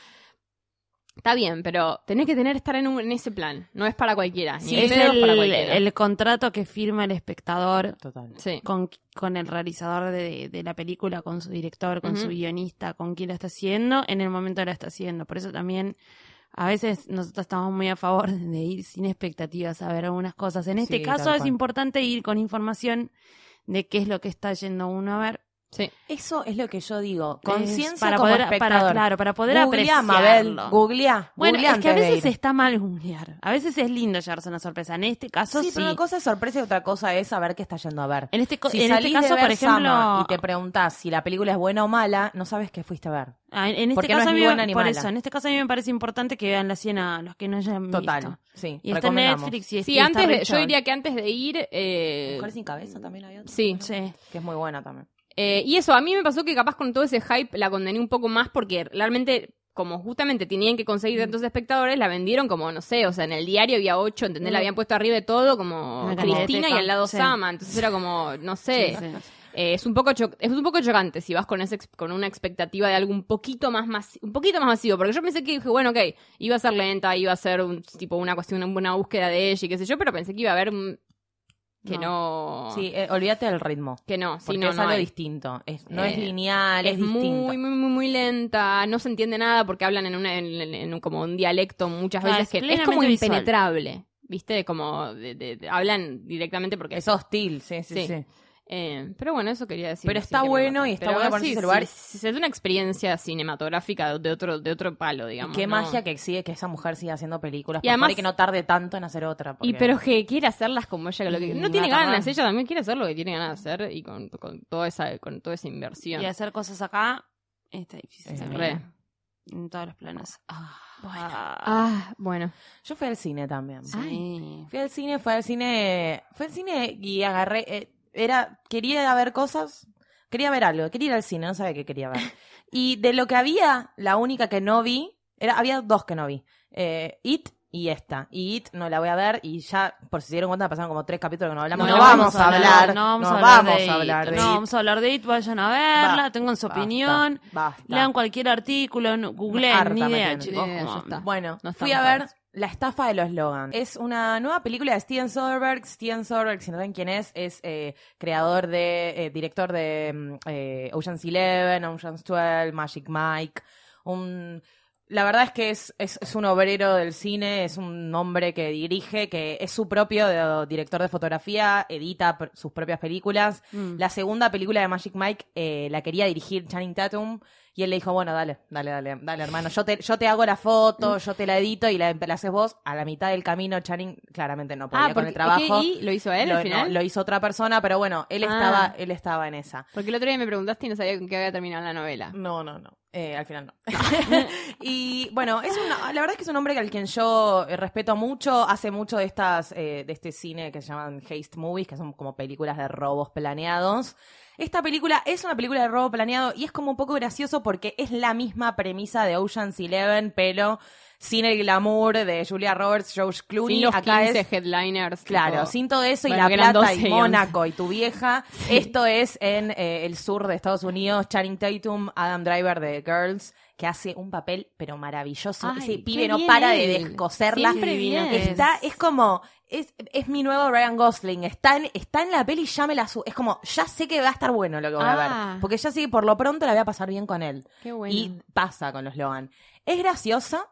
S6: está bien, pero tenés que tener, estar en, un- en ese plan. No es para cualquiera. ni
S5: Sí,
S6: en
S5: es
S6: pedo para
S5: el,
S6: cualquiera.
S5: el contrato que firma el espectador
S7: Total.
S6: Sí.
S5: con, con el realizador de, de la película, con su director, con su
S6: Ujú.
S5: guionista, con quien la está haciendo, en el momento la está haciendo. Por eso también a veces nosotros estamos muy a favor de ir sin expectativas a ver algunas cosas. En este
S7: Sí,
S5: caso
S7: tal
S5: es
S7: cual.
S5: importante ir con información de qué es lo que está yendo uno a ver.
S6: Sí.
S7: Eso es lo que yo digo.
S5: Es
S7: Conciencia
S5: para
S7: como
S5: poder,
S7: espectador.
S5: para, claro, para poder
S7: Googleá, Mabel.
S5: apreciarlo.
S7: Googleá.
S5: Bueno,
S7: Googleá
S5: es que a
S7: antes de
S5: veces
S7: ir.
S5: está mal googlear. A veces es lindo llevarse una sorpresa. En este caso sí.
S7: Sí, pero una cosa es sorpresa y otra cosa es saber qué está yendo a ver.
S5: En este, co-
S7: Si
S5: en este
S7: salís de
S5: caso,
S7: ver
S5: por ejemplo,
S7: Sama y te preguntás si la película es buena o mala, no sabes qué fuiste a ver.
S5: Ah, en- en este
S7: Porque no
S5: caso a
S7: es
S5: mí
S7: ni
S5: me-
S7: buena ni
S5: por
S7: mala.
S5: eso, en este caso a mí me parece importante que vean la cena los que no hayan
S7: Total.
S5: visto.
S7: Sí,
S5: Y está en
S7: recomendamos.
S5: Netflix y es-
S6: Sí,
S5: y está
S6: antes de- yo
S5: Richard.
S6: diría que antes de ir... eh,
S7: Mujer sin cabeza también había otra,
S6: sí.
S5: Sí.
S7: que es muy buena también.
S6: Eh, y eso, a mí me pasó que capaz con todo ese hype la condené un poco más porque realmente, como justamente tenían que conseguir tantos espectadores, la vendieron como, no sé, o sea, en el diario había ocho, ¿entendés? La habían puesto arriba de todo como
S5: Una
S6: Cristina y
S5: canasteca,
S6: al lado
S5: sí.
S6: Sama, entonces era como, no sé.
S5: Sí, sí.
S6: Eh, es un poco cho- es un poco chocante si vas con ese ex- con una expectativa de algo un poquito más mas- un poquito más masivo porque yo pensé que dije bueno ok iba a ser lenta iba a ser un tipo una cuestión una búsqueda de ella y qué sé yo pero pensé que iba a haber un- que no,
S7: Sí, eh, olvídate del ritmo.
S6: que no sí,
S7: Porque
S6: no,
S7: es
S6: no
S7: algo
S6: hay.
S7: distinto. Es- no es
S6: Eh,
S7: lineal, es,
S6: es
S7: distinto.
S6: muy, muy, muy, muy lenta, no se entiende nada porque hablan en, una, en, en- en un, como un dialecto muchas
S5: Claro,
S6: veces
S5: es
S6: que es como
S5: plenamente visual.
S6: impenetrable, ¿viste? Como de- de- de- hablan directamente porque...
S7: Es hostil, sí, sí,
S6: Sí.
S7: sí.
S6: Eh, pero bueno, eso quería decir.
S7: Pero
S6: sí
S7: está
S6: que me
S7: bueno
S6: pasa.
S7: y está
S6: Pero
S7: bueno ponerse
S6: sí,
S7: ese lugar.
S6: sí, sí, es una experiencia cinematográfica de otro, de otro palo,
S7: Y
S6: digamos.
S7: qué
S6: ¿no?
S7: magia que exige que esa mujer siga haciendo películas.
S6: Y
S7: pues, por
S6: además-
S7: favor, y que no tarde tanto en hacer otra.
S6: Y
S7: porque-
S6: pero que quiere hacerlas como ella lo que
S7: Y
S6: no tiene
S7: nada
S6: ganas,
S7: más.
S6: ella también quiere hacer lo que tiene ganas de hacer y con, con toda esa con toda esa inversión.
S5: Y hacer cosas acá está difícil
S7: Eh,
S5: también.
S6: Re.
S5: En todos los planos. Ah, ah,
S6: Ah, bueno.
S7: Yo fui al cine también.
S5: sí.
S7: Fui al cine, fue al cine, fue al cine y agarré, eh, era, quería ir a ver cosas, quería ver algo, quería ir al cine, no sabía qué quería ver. Y de lo que había, la única que no vi, era, había dos que no vi, eh, It y esta. Y It no la voy a ver y ya, por si se dieron cuenta, pasaron como tres capítulos que no hablamos.
S5: No vamos a hablar, no vamos a hablar de It. No vamos a hablar de It, vayan a verla, tengan su
S7: Basta,
S5: opinión.
S7: basta.
S5: Lean cualquier artículo, no-
S7: Harta
S5: googleen, ni
S7: me
S5: idea,
S7: tiene.
S5: chicos.
S6: Ni idea,
S5: como-
S6: Eh, ya está.
S7: Bueno,
S6: No
S7: fui a
S6: estamos
S7: ver
S6: para eso.
S7: La estafa de los Logan. Es una nueva película de Steven Soderbergh. Steven Soderbergh, si no saben quién es, es eh, creador de, eh, director de mm, eh, Ocean's Eleven, Ocean's 12, Magic Mike. Un, la verdad es que es, es, es un obrero del cine, es un hombre que dirige, que es su propio de- director de fotografía, edita pr- sus propias películas.
S6: Mm.
S7: La segunda película de Magic Mike eh, la quería dirigir Channing Tatum y él le dijo, bueno, dale, dale, dale, dale, hermano, yo te, yo te hago la
S6: Mm.
S7: foto, yo te la edito y la, la haces vos. A la mitad del camino Channing claramente no podía
S6: Ah,
S7: con
S6: porque
S7: el trabajo.
S6: ¿qué? ¿Y lo hizo él
S7: Lo-
S6: al final?
S7: no, lo hizo otra persona, pero bueno, él
S6: Ah.
S7: estaba, él estaba en esa.
S6: Porque el otro día me preguntaste y no sabía con qué había terminado la novela.
S7: No, no, no. Eh, al final no. y bueno, es una, la verdad es que es un hombre al quien yo eh, respeto mucho. Hace mucho de estas, eh, de este cine que se llaman Haste Movies, que son como películas de robos planeados. Esta película es una película de robo planeado y es como un poco gracioso porque es la misma premisa de Ocean's Eleven, pero sin el glamour de Julia Roberts, George Clooney.
S6: sin los
S7: Acá
S6: 15
S7: es,
S6: headliners.
S7: Claro,
S6: tipo-
S7: sin todo eso
S6: Bueno,
S7: y
S6: que
S7: la
S6: eran
S7: plata
S6: 12
S7: y
S6: once.
S7: Mónaco y tu vieja. Esto es en eh, el sur de Estados Unidos, Channing Tatum, Adam Driver de Girls, que hace un papel pero maravilloso.
S6: Ay,
S7: Ese
S6: qué
S7: pibe no
S6: bien
S7: para de
S6: él.
S7: descoserla.
S6: Siempre bien.
S7: Está, es como, es, es mi nuevo Ryan Gosling. Está en, está en la peli y ya me la su- Es como, ya sé que va a estar bueno lo que voy a
S6: Ah.
S7: ver. Porque ya sé que por lo pronto la voy a pasar bien con él.
S6: Qué bueno.
S7: Y pasa con los Logan. Es graciosa.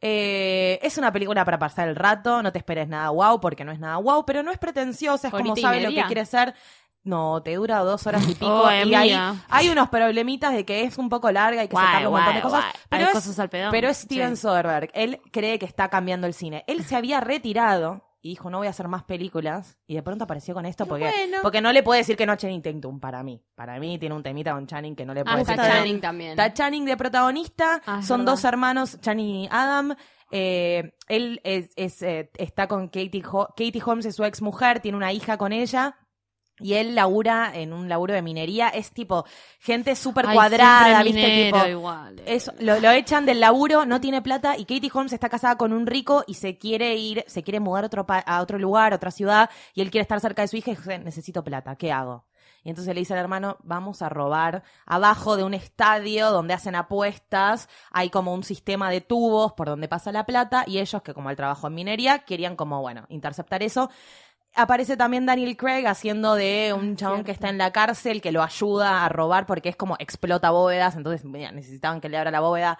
S7: eh, es una película para pasar el rato. No te esperes nada guau porque no es nada guau, pero no es pretenciosa. Es como
S6: Horita y
S7: sabe lo que
S6: media.
S7: quiere ser. No, te dura dos horas y pico.
S5: Oh,
S7: y hay,
S5: amiga.
S7: hay unos problemitas de que es un poco larga y que se
S5: Guay,
S7: cambia un montón de
S5: guay,
S7: cosas.
S5: guay.
S7: Pero,
S5: Hay
S7: es,
S5: cosas al pedón.
S7: pero es Steven
S5: Sí.
S7: Soderbergh. Él cree que está cambiando el cine. Él se había retirado y dijo, no voy a hacer más películas. Y de pronto apareció con esto porque,
S5: bueno.
S7: porque no le puede decir que no a Channing Tatum para mí. Para mí tiene un temita con Channing que no le puede
S6: Ah, está
S7: decir que no.
S6: Channing también.
S7: Está Channing de protagonista,
S5: Ah, es
S7: son
S5: verdad.
S7: dos hermanos, Channing y Adam. Eh, él es, es, eh, está con Katie, Ho- Katie Holmes, es su ex mujer, tiene una hija con ella. Y él labura en un laburo de minería. Es tipo gente súper
S5: Ay,
S7: cuadrada,
S5: siempre
S7: ¿viste?
S5: minero
S7: Tipo,
S5: igual, eh.
S7: es- lo, lo echan del laburo, no tiene plata. Y Katie Holmes está casada con un rico y se quiere ir, se quiere mudar a otro pa- a otro lugar, a otra ciudad. Y él quiere estar cerca de su hija y dice: Necesito plata, ¿qué hago? Y entonces le dice al hermano, vamos a robar abajo de un estadio donde hacen apuestas, hay como un sistema de tubos por donde pasa la plata y ellos que como el trabajo en minería querían como, bueno, interceptar eso. Aparece también Daniel Craig haciendo de un chabón que está en la cárcel que lo ayuda a robar porque es como explota bóvedas, entonces mira, necesitaban que le abra la bóveda.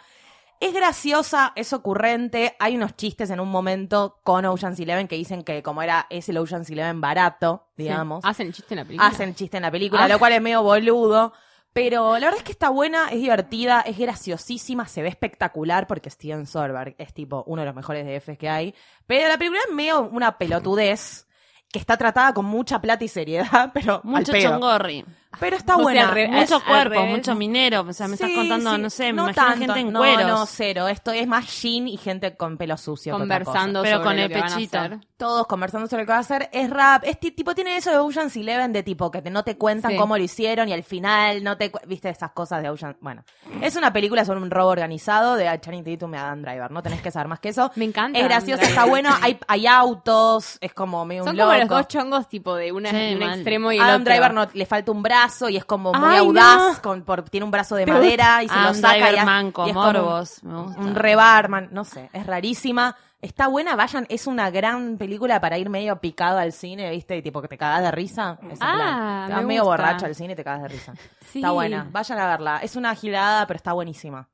S7: Es graciosa, es ocurrente. Hay unos chistes en un momento con Ocean's Eleven que dicen que como era es el Ocean's Eleven barato,
S6: Sí. Ah,
S7: digamos
S6: Hacen chiste en la película.
S7: hacen chiste en la película,
S6: Ah.
S7: lo cual es medio boludo. Pero la verdad es que está buena, es divertida, es graciosísima, se ve espectacular porque Steven Soderbergh es tipo uno de los mejores DFs que hay. Pero la película es medio una pelotudez que está tratada con mucha plata y seriedad, pero al
S5: Mucho
S7: pedo. Ah,
S5: chongorri.
S7: Pero está
S6: O sea,
S7: buena.
S6: al revés. Es
S5: Mucho
S6: al
S5: cuerpo,
S6: revés.
S5: mucho minero. O sea, me estás
S7: Sí,
S5: contando,
S7: sí,
S5: no sé, me imagino
S7: tanto,
S5: gente en
S7: no,
S5: cueros.
S7: No, cero. Esto es más jean y gente con pelo sucio. que otra cosa.
S6: Conversando
S5: Pero
S6: sobre
S5: con
S6: lo
S5: el
S6: que van a
S5: pechito.
S6: hacer.
S7: todos conversando sobre lo que va a hacer, es rap, es ti- tipo, tiene eso de Ocean's Eleven de tipo, que te- no te cuentan
S6: Sí.
S7: cómo lo hicieron y al final no te, cu- viste esas cosas de Ocean, bueno, es una película sobre un robo organizado de a Channing Tatum y Adam Driver, no tenés que saber más que eso.
S6: Me encanta
S7: Es
S6: Adam
S7: gracioso,
S6: Driver.
S7: está bueno, hay, hay autos, es como medio un
S6: Son
S7: loco.
S6: como los dos chongos, tipo, de una,
S5: Sí,
S6: de un
S5: mal.
S6: extremo y el
S7: Adam
S6: otro.
S7: Driver no, le falta un brazo y es como muy
S6: Ay,
S7: audaz,
S6: no.
S7: con, por- tiene un brazo de madera y se
S5: Adam
S7: lo saca
S5: Driver
S7: y, ha-
S5: Ah, manco,
S7: y es como un-
S5: morbos, me gusta.
S7: un rebarman, no sé, es rarísima. Está buena, vayan, es una gran película para ir medio picado al cine, ¿viste? Y tipo que te cagás de risa. Es en
S6: Ah,
S7: plan. Te vas
S6: me
S7: medio
S6: gusta.
S7: borracho al cine y te cagás de risa.
S6: Sí.
S7: Está buena, vayan a verla. Es una gilada, pero está buenísima.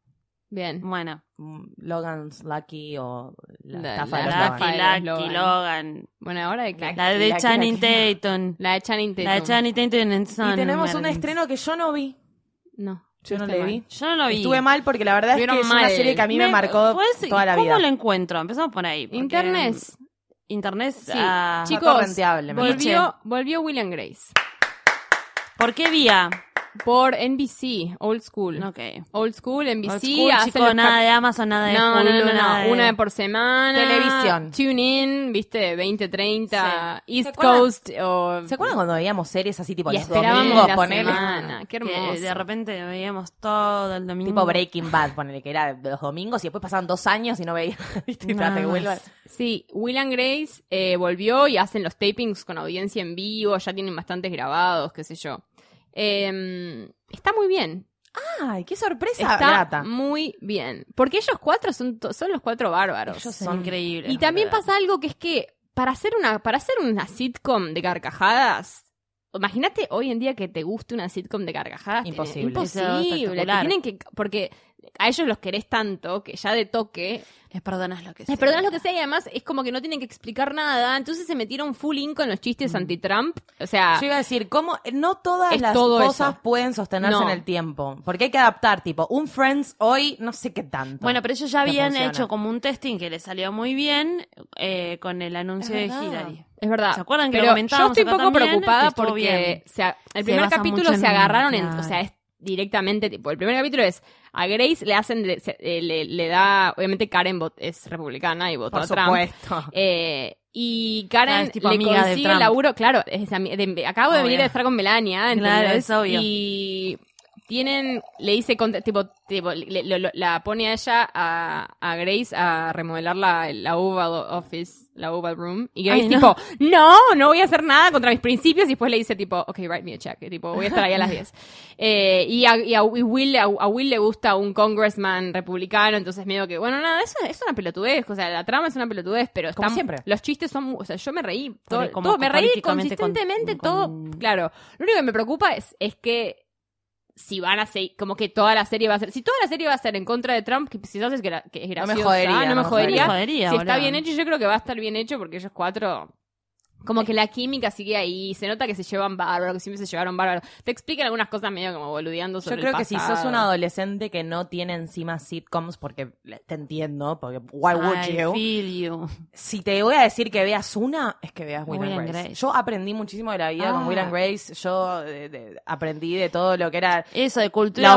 S6: Bien.
S5: Bueno,
S7: Mm, Logan's Lucky o La,
S6: La-
S7: estafa de
S6: la
S7: los
S6: estafa.
S7: Logan.
S5: Lucky,
S6: Logan.
S5: Lucky, Logan.
S6: Bueno, ¿ahora de qué?
S7: Lucky.
S5: La de
S7: Lucky,
S5: Channing
S7: Lucky.
S5: Tatum.
S6: La de Channing Tatum.
S5: La de Channing Tatum en Son.
S7: Y tenemos un
S5: Merlin.
S7: estreno que yo no vi.
S6: No.
S7: Yo no
S6: Estoy
S7: le
S6: mal.
S7: vi.
S5: Yo no lo vi.
S7: Estuve mal porque la verdad es que
S6: Estuvieron
S7: es una
S6: mal.
S7: serie que a mí me, marcó
S5: pues,
S7: toda la vida.
S5: ¿Cómo lo encuentro? Empezamos por ahí. porque-
S6: Internet.
S5: Internet. ah, Sí.
S7: Chico,
S6: Chicos,
S7: torrenteable, me
S6: volvió, volvió William Grace.
S5: ¿Por qué vía?
S6: Por NBC, Old School.
S5: Ok.
S6: Old School, NBC.
S5: Old school,
S6: hacen
S5: chico,
S6: los
S5: nada
S6: cap-
S5: de Amazon, nada de
S6: No, no,
S5: Hulu,
S6: no, no,
S5: nada de-
S6: Una por semana.
S7: Televisión.
S6: Tune in, viste, 20, 30.
S7: Sí.
S6: East
S7: ¿Se acuerdan-
S6: Coast. O...
S7: ¿Se acuerdan cuando veíamos series así tipo
S6: Y
S7: los
S6: esperábamos
S7: domingos,
S6: la
S7: ponele?
S6: semana. Qué hermoso.
S5: Que de repente veíamos todo el domingo.
S6: Mm.
S7: Tipo Breaking Bad, ponele que era de los domingos y después pasaban dos años y no veía. ¿Viste? Y
S5: Nada
S7: trate que
S5: más.
S7: vuelvan.
S6: Sí, Will and Grace eh, volvió y hacen los tapings con audiencia en vivo, ya tienen bastantes grabados, qué sé yo. Eh, está muy bien.
S7: ¡Ay, qué sorpresa!
S6: Está
S7: grata.
S6: muy bien. Porque ellos cuatro son, to- son los cuatro bárbaros.
S5: Ellos son increíbles.
S6: Y también
S5: boludo.
S6: pasa algo que es que para hacer una, para hacer una sitcom de carcajadas, imagínate hoy en día que te guste una sitcom de carcajadas.
S7: Imposible.
S5: Eso es
S6: Imposible. Te
S5: espectacular.
S6: tienen que, porque a ellos los querés tanto que ya de toque
S5: Les perdonas lo que sea.
S6: les perdonas lo que sea y además es como que no tienen que explicar nada. Entonces se metieron full in con los chistes
S5: Mm.
S6: anti-Trump. O sea,
S7: Yo iba a decir, ¿cómo? No todas
S6: Es
S7: las
S6: todo
S7: cosas
S6: eso.
S7: pueden sostenerse
S6: No.
S7: en el tiempo. Porque hay que adaptar, tipo, un Friends hoy, no sé qué tanto.
S5: Bueno, pero ellos ya
S7: que
S5: habían
S7: funciona.
S5: hecho como un testing que les salió muy bien eh, con el anuncio de Hillary.
S6: es verdad.
S5: ¿Se acuerdan que lo
S6: Pero yo
S5: comentábamos
S6: estoy un
S5: acá
S6: poco
S5: también? Que
S6: preocupada
S5: estuvo bien.
S6: porque o sea, el
S5: Se
S6: primer
S5: basa
S6: capítulo
S5: mucho en-
S6: se agarraron en,
S5: claro.
S6: o sea, es directamente tipo, el primer capítulo es a Grace le hacen de- se- eh, le, le da obviamente Karen vot- es republicana y votó
S7: Por
S6: a Trump.
S7: supuesto.
S6: Eh, y
S5: Ah,
S6: Karen
S5: es tipo
S6: le
S5: amiga de
S6: consigue
S5: Trump.
S6: el laburo, claro, es ami- de- acabo de
S5: Obvio.
S6: venir a estar con Melania, ¿entendés?
S5: Claro, es obvio.
S6: Y tienen, le dice, contra- tipo, tipo, le- lo- lo- la pone a ella, a, a Grace, a remodelar la, la Oval Office, la Oval Room, y Grace
S5: Ay, no.
S6: tipo, no, no voy a hacer nada contra mis principios, y después le dice tipo, ok, write me a check, y tipo, voy a estar ahí a las 10. Eh, y a, y a Will, a, a Will le gusta un congressman republicano, entonces medio que, bueno, nada, eso es una pelotudez, o sea, la trama es una pelotudez, pero
S7: Como
S6: están,
S7: siempre.
S6: los chistes son, mu- o sea, yo me reí, todo,
S5: como
S6: todo, me reí
S5: políticamente con-
S6: consistentemente,
S5: con-
S6: todo, claro, lo único que me preocupa es, es que si van a ser, como que toda la serie va a ser, si toda la serie va a ser en contra de Trump, que quizás es, gra- que es
S7: No me
S6: graciosa,
S7: jodería,
S6: no me
S7: no me
S6: jodería,
S5: jodería,
S6: si está
S5: boludo.
S6: bien hecho, yo creo que va a estar bien hecho porque ellos cuatro Como que la química sigue ahí, se nota que se llevan bárbaro, que siempre se llevaron bárbaro. Te explican algunas cosas medio como boludeando
S7: Yo
S6: sobre
S7: creo
S6: el
S7: que si
S6: pasado.
S7: sos un adolescente que no tiene encima sitcoms, porque te entiendo, porque why would
S5: I
S7: you?
S5: feel you.
S7: Si te voy a decir que veas una, es que veas Will, and Grace.
S5: Grace.
S7: Yo aprendí muchísimo de la vida con
S5: Ah.
S7: Will and Grace. Yo eh, de- aprendí de todo lo que era
S5: Eso de cultura
S7: la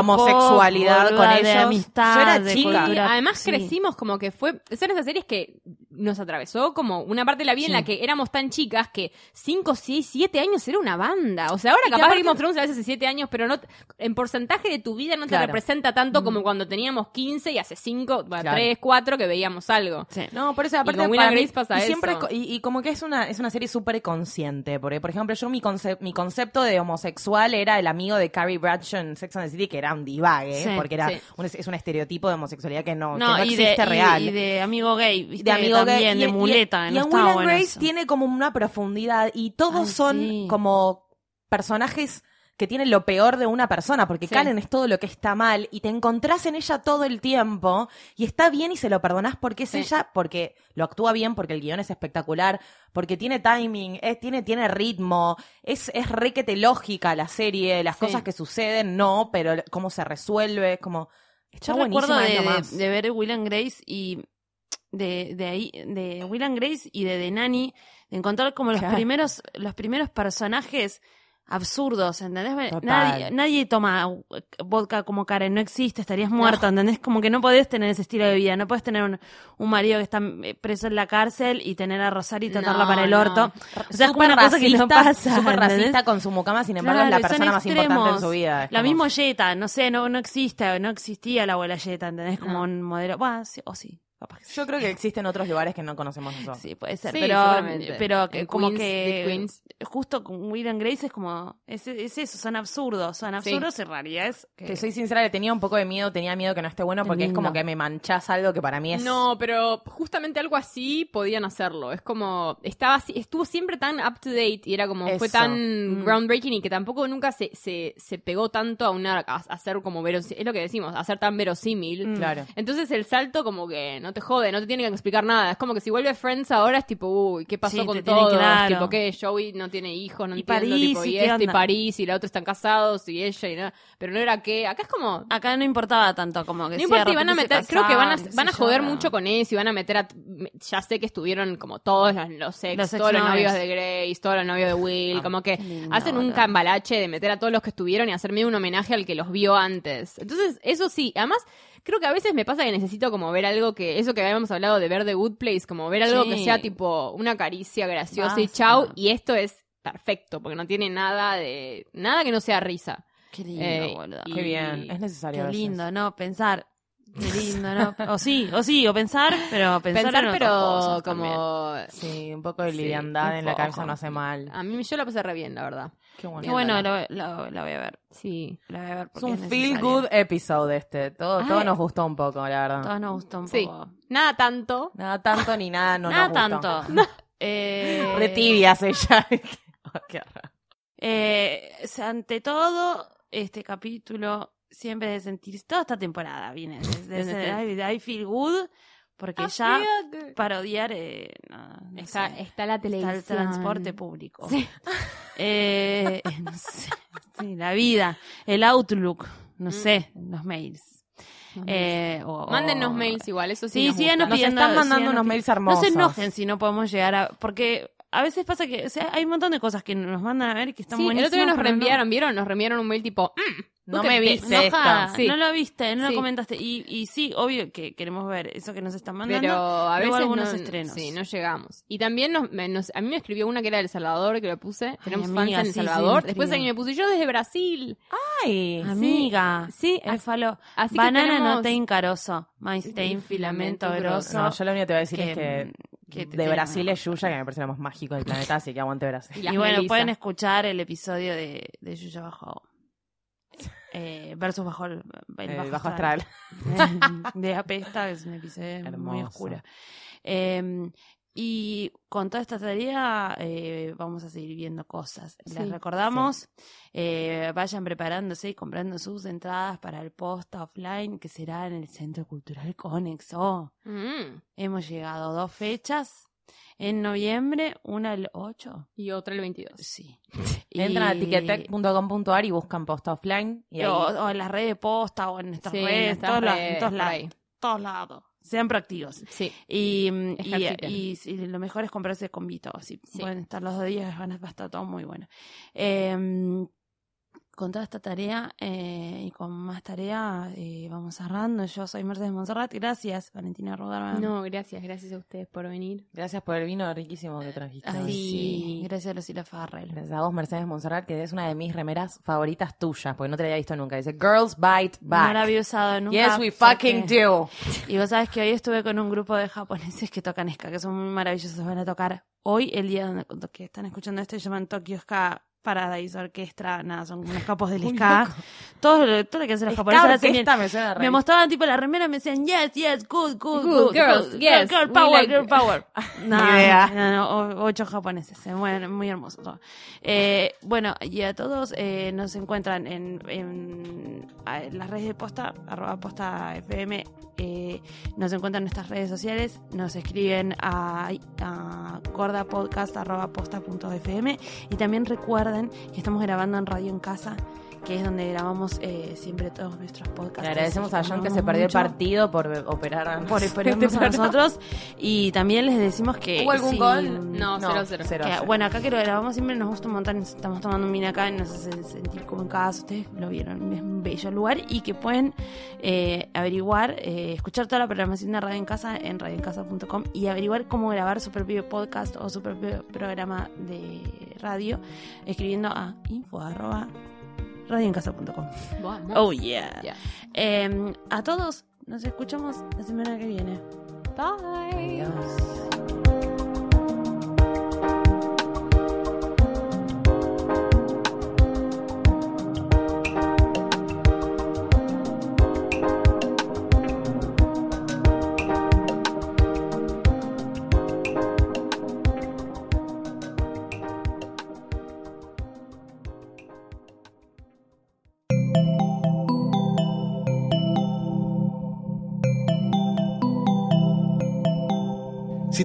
S5: pop,
S7: homosexualidad con
S5: boluda,
S7: ellos.
S5: de amistad,
S7: Yo era
S5: de
S7: chica.
S6: Y
S5: cultura-
S6: además
S5: sí.
S6: crecimos como que fue. Son esas series que nos atravesó como una parte de la vida en la que éramos tan chicas que 5, 6, 7 años era una banda. O sea, ahora
S7: Y que
S6: capaz
S7: aparte-
S6: Game of Thrones a veces hace 7 años, pero no en porcentaje de tu vida no te
S7: Claro. Mm.
S6: representa tanto como cuando teníamos 15 y hace 5,
S7: Claro.
S6: 3, 4 que veíamos algo.
S5: Sí.
S7: No, por eso, aparte
S6: con Will
S7: para
S6: and
S7: mí-
S6: Grace pasa
S7: y siempre
S6: eso.
S7: co- Y, y como que es una, es una serie súper consciente, porque por ejemplo yo mi, conce- mi concepto de homosexual era el amigo de Carrie Bradshaw en Sex and the City, que era un divague,
S5: Sí,
S7: porque era
S6: sí.
S7: un, es un estereotipo de homosexualidad que no, que
S5: No,
S7: no
S5: y,
S7: existe
S5: de, y-
S7: real.
S5: y de amigo gay, ¿viste?
S7: de amigo gay.
S5: También,
S7: Y-
S5: de
S7: y-
S5: muleta.
S7: Y,
S5: no
S7: en
S5: estaba
S7: Will and
S5: bueno
S7: Grace
S5: eso.
S7: tiene como una profundidad y todos
S5: Ay,
S7: son
S5: sí.
S7: como personajes que tienen lo peor de una persona, porque
S6: Sí.
S7: Karen es todo lo que está mal y te encontrás en ella todo el tiempo y está bien y se lo perdonás porque es
S6: Sí.
S7: ella, porque lo actúa bien, porque el guión es espectacular, porque tiene timing, es- tiene, tiene ritmo, es, es requete lógica la serie, las
S6: Sí.
S7: cosas que suceden, no, pero cómo se resuelve, es como... Está
S5: Yo recuerdo
S7: buenísima, es
S5: de,
S7: lo
S5: de-
S7: más.
S5: de ver Will and Grace y de, de ahí, de Will and Grace y de The Nanny, de encontrar como los
S7: Claro.
S5: primeros, los primeros personajes absurdos, ¿entendés?
S7: Total.
S5: Nadie, nadie toma vodka como Karen, no existe, estarías muerto, ¿entendés? Como que no podés tener ese estilo de vida, no podés tener un, un marido que está eh, preso en la cárcel y tener a Rosario y tratarla
S6: No,
S5: para el
S6: no.
S5: orto. O sea, es como
S7: Súper
S5: una cosa que no pasa.
S7: súper
S5: ¿entendés?
S7: racista con su mucama, sin embargo,
S5: Claro,
S7: es la
S5: y son
S7: persona más importante en
S5: extremos.
S7: su vida. Es
S5: La
S7: como-
S5: misma Jetta, no sé, no, no existe, no existía la abuela Jetta, ¿entendés? Como un modelo. Buah, sí, o sí, capaz que sí.
S7: Yo creo que existen otros lugares que no conocemos nosotros.
S5: Sí, puede ser,
S6: Sí,
S5: pero,
S6: seguramente.
S5: pero que-
S6: En
S5: como
S6: Queens,
S5: que
S6: de Queens.
S5: justo con Will and Grace es como, es, es eso, son absurdos, son absurdos y raridades. que-
S7: Que soy sincera, le tenía un poco de miedo, tenía miedo que no esté bueno porque es como
S5: Lindo.
S7: que me manchás algo que para mí es.
S6: No, pero justamente algo así podían hacerlo. Es como, estaba así, estuvo siempre tan up to date y era como, fue
S7: Eso.
S5: Mm.
S6: tan groundbreaking y que tampoco nunca se, se, se pegó tanto a una, a hacer como verosímil, es lo que decimos, a hacer tan
S5: mm,
S6: verosímil.
S7: Claro.
S6: Entonces el salto como que no te jode, no te tiene que explicar nada. Es como que si vuelve Friends ahora es tipo, uy, ¿qué pasó
S5: Sí,
S6: con
S5: te tiene
S6: todo?
S5: claro.
S6: Tipo que Joey no tiene hijos, no
S5: Y
S6: entiendo,
S5: París,
S6: tipo,
S5: ¿y
S6: y
S5: qué
S6: este y
S5: onda?
S6: París y la otra están casados y ella y nada. Pero no era que, acá es como,
S5: Acá no importaba tanto, como que
S6: no
S5: sí,
S6: importa,
S5: de
S6: y van a
S5: repente se
S6: meter, creo que van a,
S5: casaban, qué
S6: van a
S5: sé yo,
S6: joder
S5: pero-
S6: mucho con eso y van a meter a, me- ya sé que estuvieron como todos los, los ex,
S5: Los
S6: todos los
S5: exnovios. Ah,
S6: novios de Grace, todos los novios de Will, como que
S5: lindo,
S6: hacen un
S5: boludo.
S6: cambalache de meter a todos los que estuvieron y hacerme un homenaje al que los vio antes. Entonces, eso sí, además, creo que a veces me pasa que necesito como ver algo que, eso que habíamos hablado de ver The Good Place, como ver algo que
S5: Sí.
S6: sea tipo una caricia graciosa y
S5: Basta.
S6: chau, y esto es perfecto, porque no tiene nada de, nada que no sea risa.
S5: Qué lindo,
S6: Eh,
S5: boludo.
S6: y-
S7: Qué bien, es necesario. a
S5: Qué
S7: veces.
S5: lindo, ¿no? Pensar. Qué lindo, ¿no? O sí, o sí, o pensar, pero pensar,
S6: Pensar,
S5: en otras
S6: pero
S5: cosas
S6: como...
S7: Sí, un poco de
S6: Sí,
S7: liviandad
S6: un
S7: en la cabeza
S6: poco.
S7: no hace mal.
S6: A mí yo la pasé re bien, la verdad.
S7: Qué bueno.
S5: Ah, Qué bueno, lo, lo- lo voy a ver.
S6: Sí.
S5: Lo voy a ver
S7: Es
S5: porque
S7: un
S5: es
S7: feel
S5: necesario.
S7: good episode este. Todo, todo
S5: Ay.
S7: nos gustó un poco, la verdad.
S5: Todos nos gustó un
S6: Sí.
S5: poco.
S6: Nada tanto.
S7: Nada tanto ni nada, no
S5: Nada
S7: nos gustó.
S5: tanto. Eh,
S7: Re tibias ella. Qué raro.
S5: eh, s- ante todo, este capítulo siempre de sentirse, toda esta temporada viene desde I, I feel good, porque ya parodiar eh, no, no
S6: Ah, Está,
S5: sé,
S6: está la
S5: está
S6: televisión.
S5: el transporte público.
S6: Sí.
S5: Eh, no sé, sí, la vida, el outlook, no sé, los mails. Eh, o- o-
S6: Mándennos mails igual, eso Pues sí.
S5: Sí,
S6: nos
S5: sí,
S6: gusta.
S5: nos
S7: Nos
S5: pidiendo-
S7: están mandando
S5: sigan
S7: unos
S5: pi-
S7: mails hermosos.
S5: No se enojen si no podemos llegar a. Porque a veces pasa que. O sea, hay un montón de cosas que nos mandan a ver que están
S6: Sí, el
S5: buenísimas.
S6: otro día nos
S5: pero no-
S6: reenviaron, ¿vieron? Nos reenviaron un mail tipo, "Mm,
S7: No
S6: Nunca
S7: me
S6: te-
S7: viste
S5: Enojada,
S7: esto.
S6: Sí.
S5: No lo viste, no
S6: Sí.
S5: lo comentaste. Y, y sí, obvio que queremos ver eso que nos están mandando.
S6: pero a
S5: luego
S6: veces
S5: algunos
S6: no,
S5: estrenos.
S6: Sí, no llegamos. Y también nos, me- nos- a mí me escribió una que era de El Salvador, que lo puse. Tenemos
S5: amiga,
S6: fans en El
S5: sí, sí, me
S6: Salvador. Después
S5: escribe.
S6: alguien me puso, yo desde Brasil.
S7: Ay,
S5: Amiga.
S6: Sí,
S5: Me faló.
S6: así que
S5: Banana
S6: tenemos-
S5: no te encaroso. Mainstein, filamento grosso.
S7: No, yo lo único que te voy a decir
S5: que-
S7: es que,
S5: que te
S7: de
S5: tengan
S7: Brasil
S5: una-
S7: es Yuya, que me parece lo más mágico del planeta, así que aguante Brasil.
S6: Y
S5: Y
S6: las
S5: bueno,
S6: Melissa.
S5: pueden escuchar el episodio de, de Yuya Bajo. Eh, versus bajo el, el
S7: Eh,
S5: bajo,
S7: bajo
S5: astral.
S7: astral.
S5: de Apesta, es un episodio muy
S7: Hermoso.
S5: oscuro. Eh, y con toda esta tarea eh, vamos a seguir viendo cosas. Las
S6: Sí,
S5: recordamos. Eh, vayan preparándose y comprando sus entradas para el post offline que será en el Centro Cultural Conex. Oh,
S6: Mm.
S5: hemos llegado a dos fechas. En noviembre, una el 8.
S6: Y otra el 22.
S5: Sí.
S7: Entran a
S5: Y-
S7: ticketec.com.ar y buscan posta offline. Y ahí
S5: O, o en las redes de posta o en nuestras
S6: Sí,
S5: redes,
S6: nuestras
S5: todos, lados,
S6: redes,
S5: en todos
S6: por
S5: lados,
S6: ahí.
S5: todos lados. Sean proactivos.
S6: Sí.
S5: Y, mm, y-
S6: Ejerciten.
S5: y- y lo mejor es comprarse convito. Si
S6: Sí.
S5: pueden estar los dos días, van a, va a estar todo muy bueno. Eh, con toda esta tarea eh, y con más tarea, eh, vamos cerrando. Yo soy Mercedes Monserrat. Gracias, Valentina Rodarman.
S6: No, gracias, gracias a ustedes por venir.
S7: Gracias por el vino riquísimo que trajiste.
S5: Ay,
S6: Sí.
S5: sí. Gracias, Lucila Farrell.
S7: Gracias a vos, Mercedes Monserrat, que es una de mis remeras favoritas tuyas, porque no te la había visto nunca. Dice, Girls Bite Back.
S5: No la había usado nunca.
S7: Yes, we fucking
S5: porque-
S7: do.
S5: Y vos sabés que hoy estuve con un grupo de japoneses que tocan ska, que son muy maravillosos. Van a tocar hoy, el día donde, cuando- que están escuchando esto, se llaman Tokyo Ska Paradise Orquestra. Nada, son unos capos del ska. Todo, lo- todo lo que hacen los japoneses lo
S7: Esta
S5: hacen bien.
S7: orquesta me suena re-
S5: Me mostraban tipo la remera y me decían, yes, yes, good, good,
S6: Good
S5: good,
S6: girls,
S5: good,
S6: yes,
S5: girl
S6: we
S5: power,
S6: like
S5: girl
S6: it."
S5: power. Nada,
S7: idea.
S5: nada, Ah, no, o- ocho japoneses, eh, bueno, muy hermoso todo. Eh, bueno, y a todos eh, nos encuentran en, en- a- en las redes de posta, arroba posta FM, eh, nos encuentran en nuestras redes sociales, nos escriben a, a gordapodcast arroba posta punto fm y también recuerden que estamos grabando en Radio en Casa, que es donde grabamos eh, siempre todos nuestros podcasts.
S7: Le agradecemos a John que
S5: Nos
S7: se perdió el
S5: mucho
S7: partido por operar a
S5: por esperarnos
S7: Este
S5: a
S7: partido.
S5: nosotros y también les decimos que
S7: ¿Hubo algún
S5: si-
S7: gol?
S6: No,
S7: No,
S6: 0-0.
S7: cero.
S5: que- bueno, acá que lo grabamos siempre nos gusta un montón, nos estamos tomando un vino acá y nos hace sentir como en casa, ustedes lo vieron, es un bello lugar y que pueden eh, averiguar, eh, escuchar toda la programación de Radio en Casa en radioencasa.com y averiguar cómo grabar su propio podcast o su propio programa de radio escribiendo a info arroba radioencasa.com.
S6: Vamos.
S5: Oh yeah.
S6: Yeah.
S5: Eh, a todos, nos escuchamos la semana que viene.
S6: Bye.
S8: Si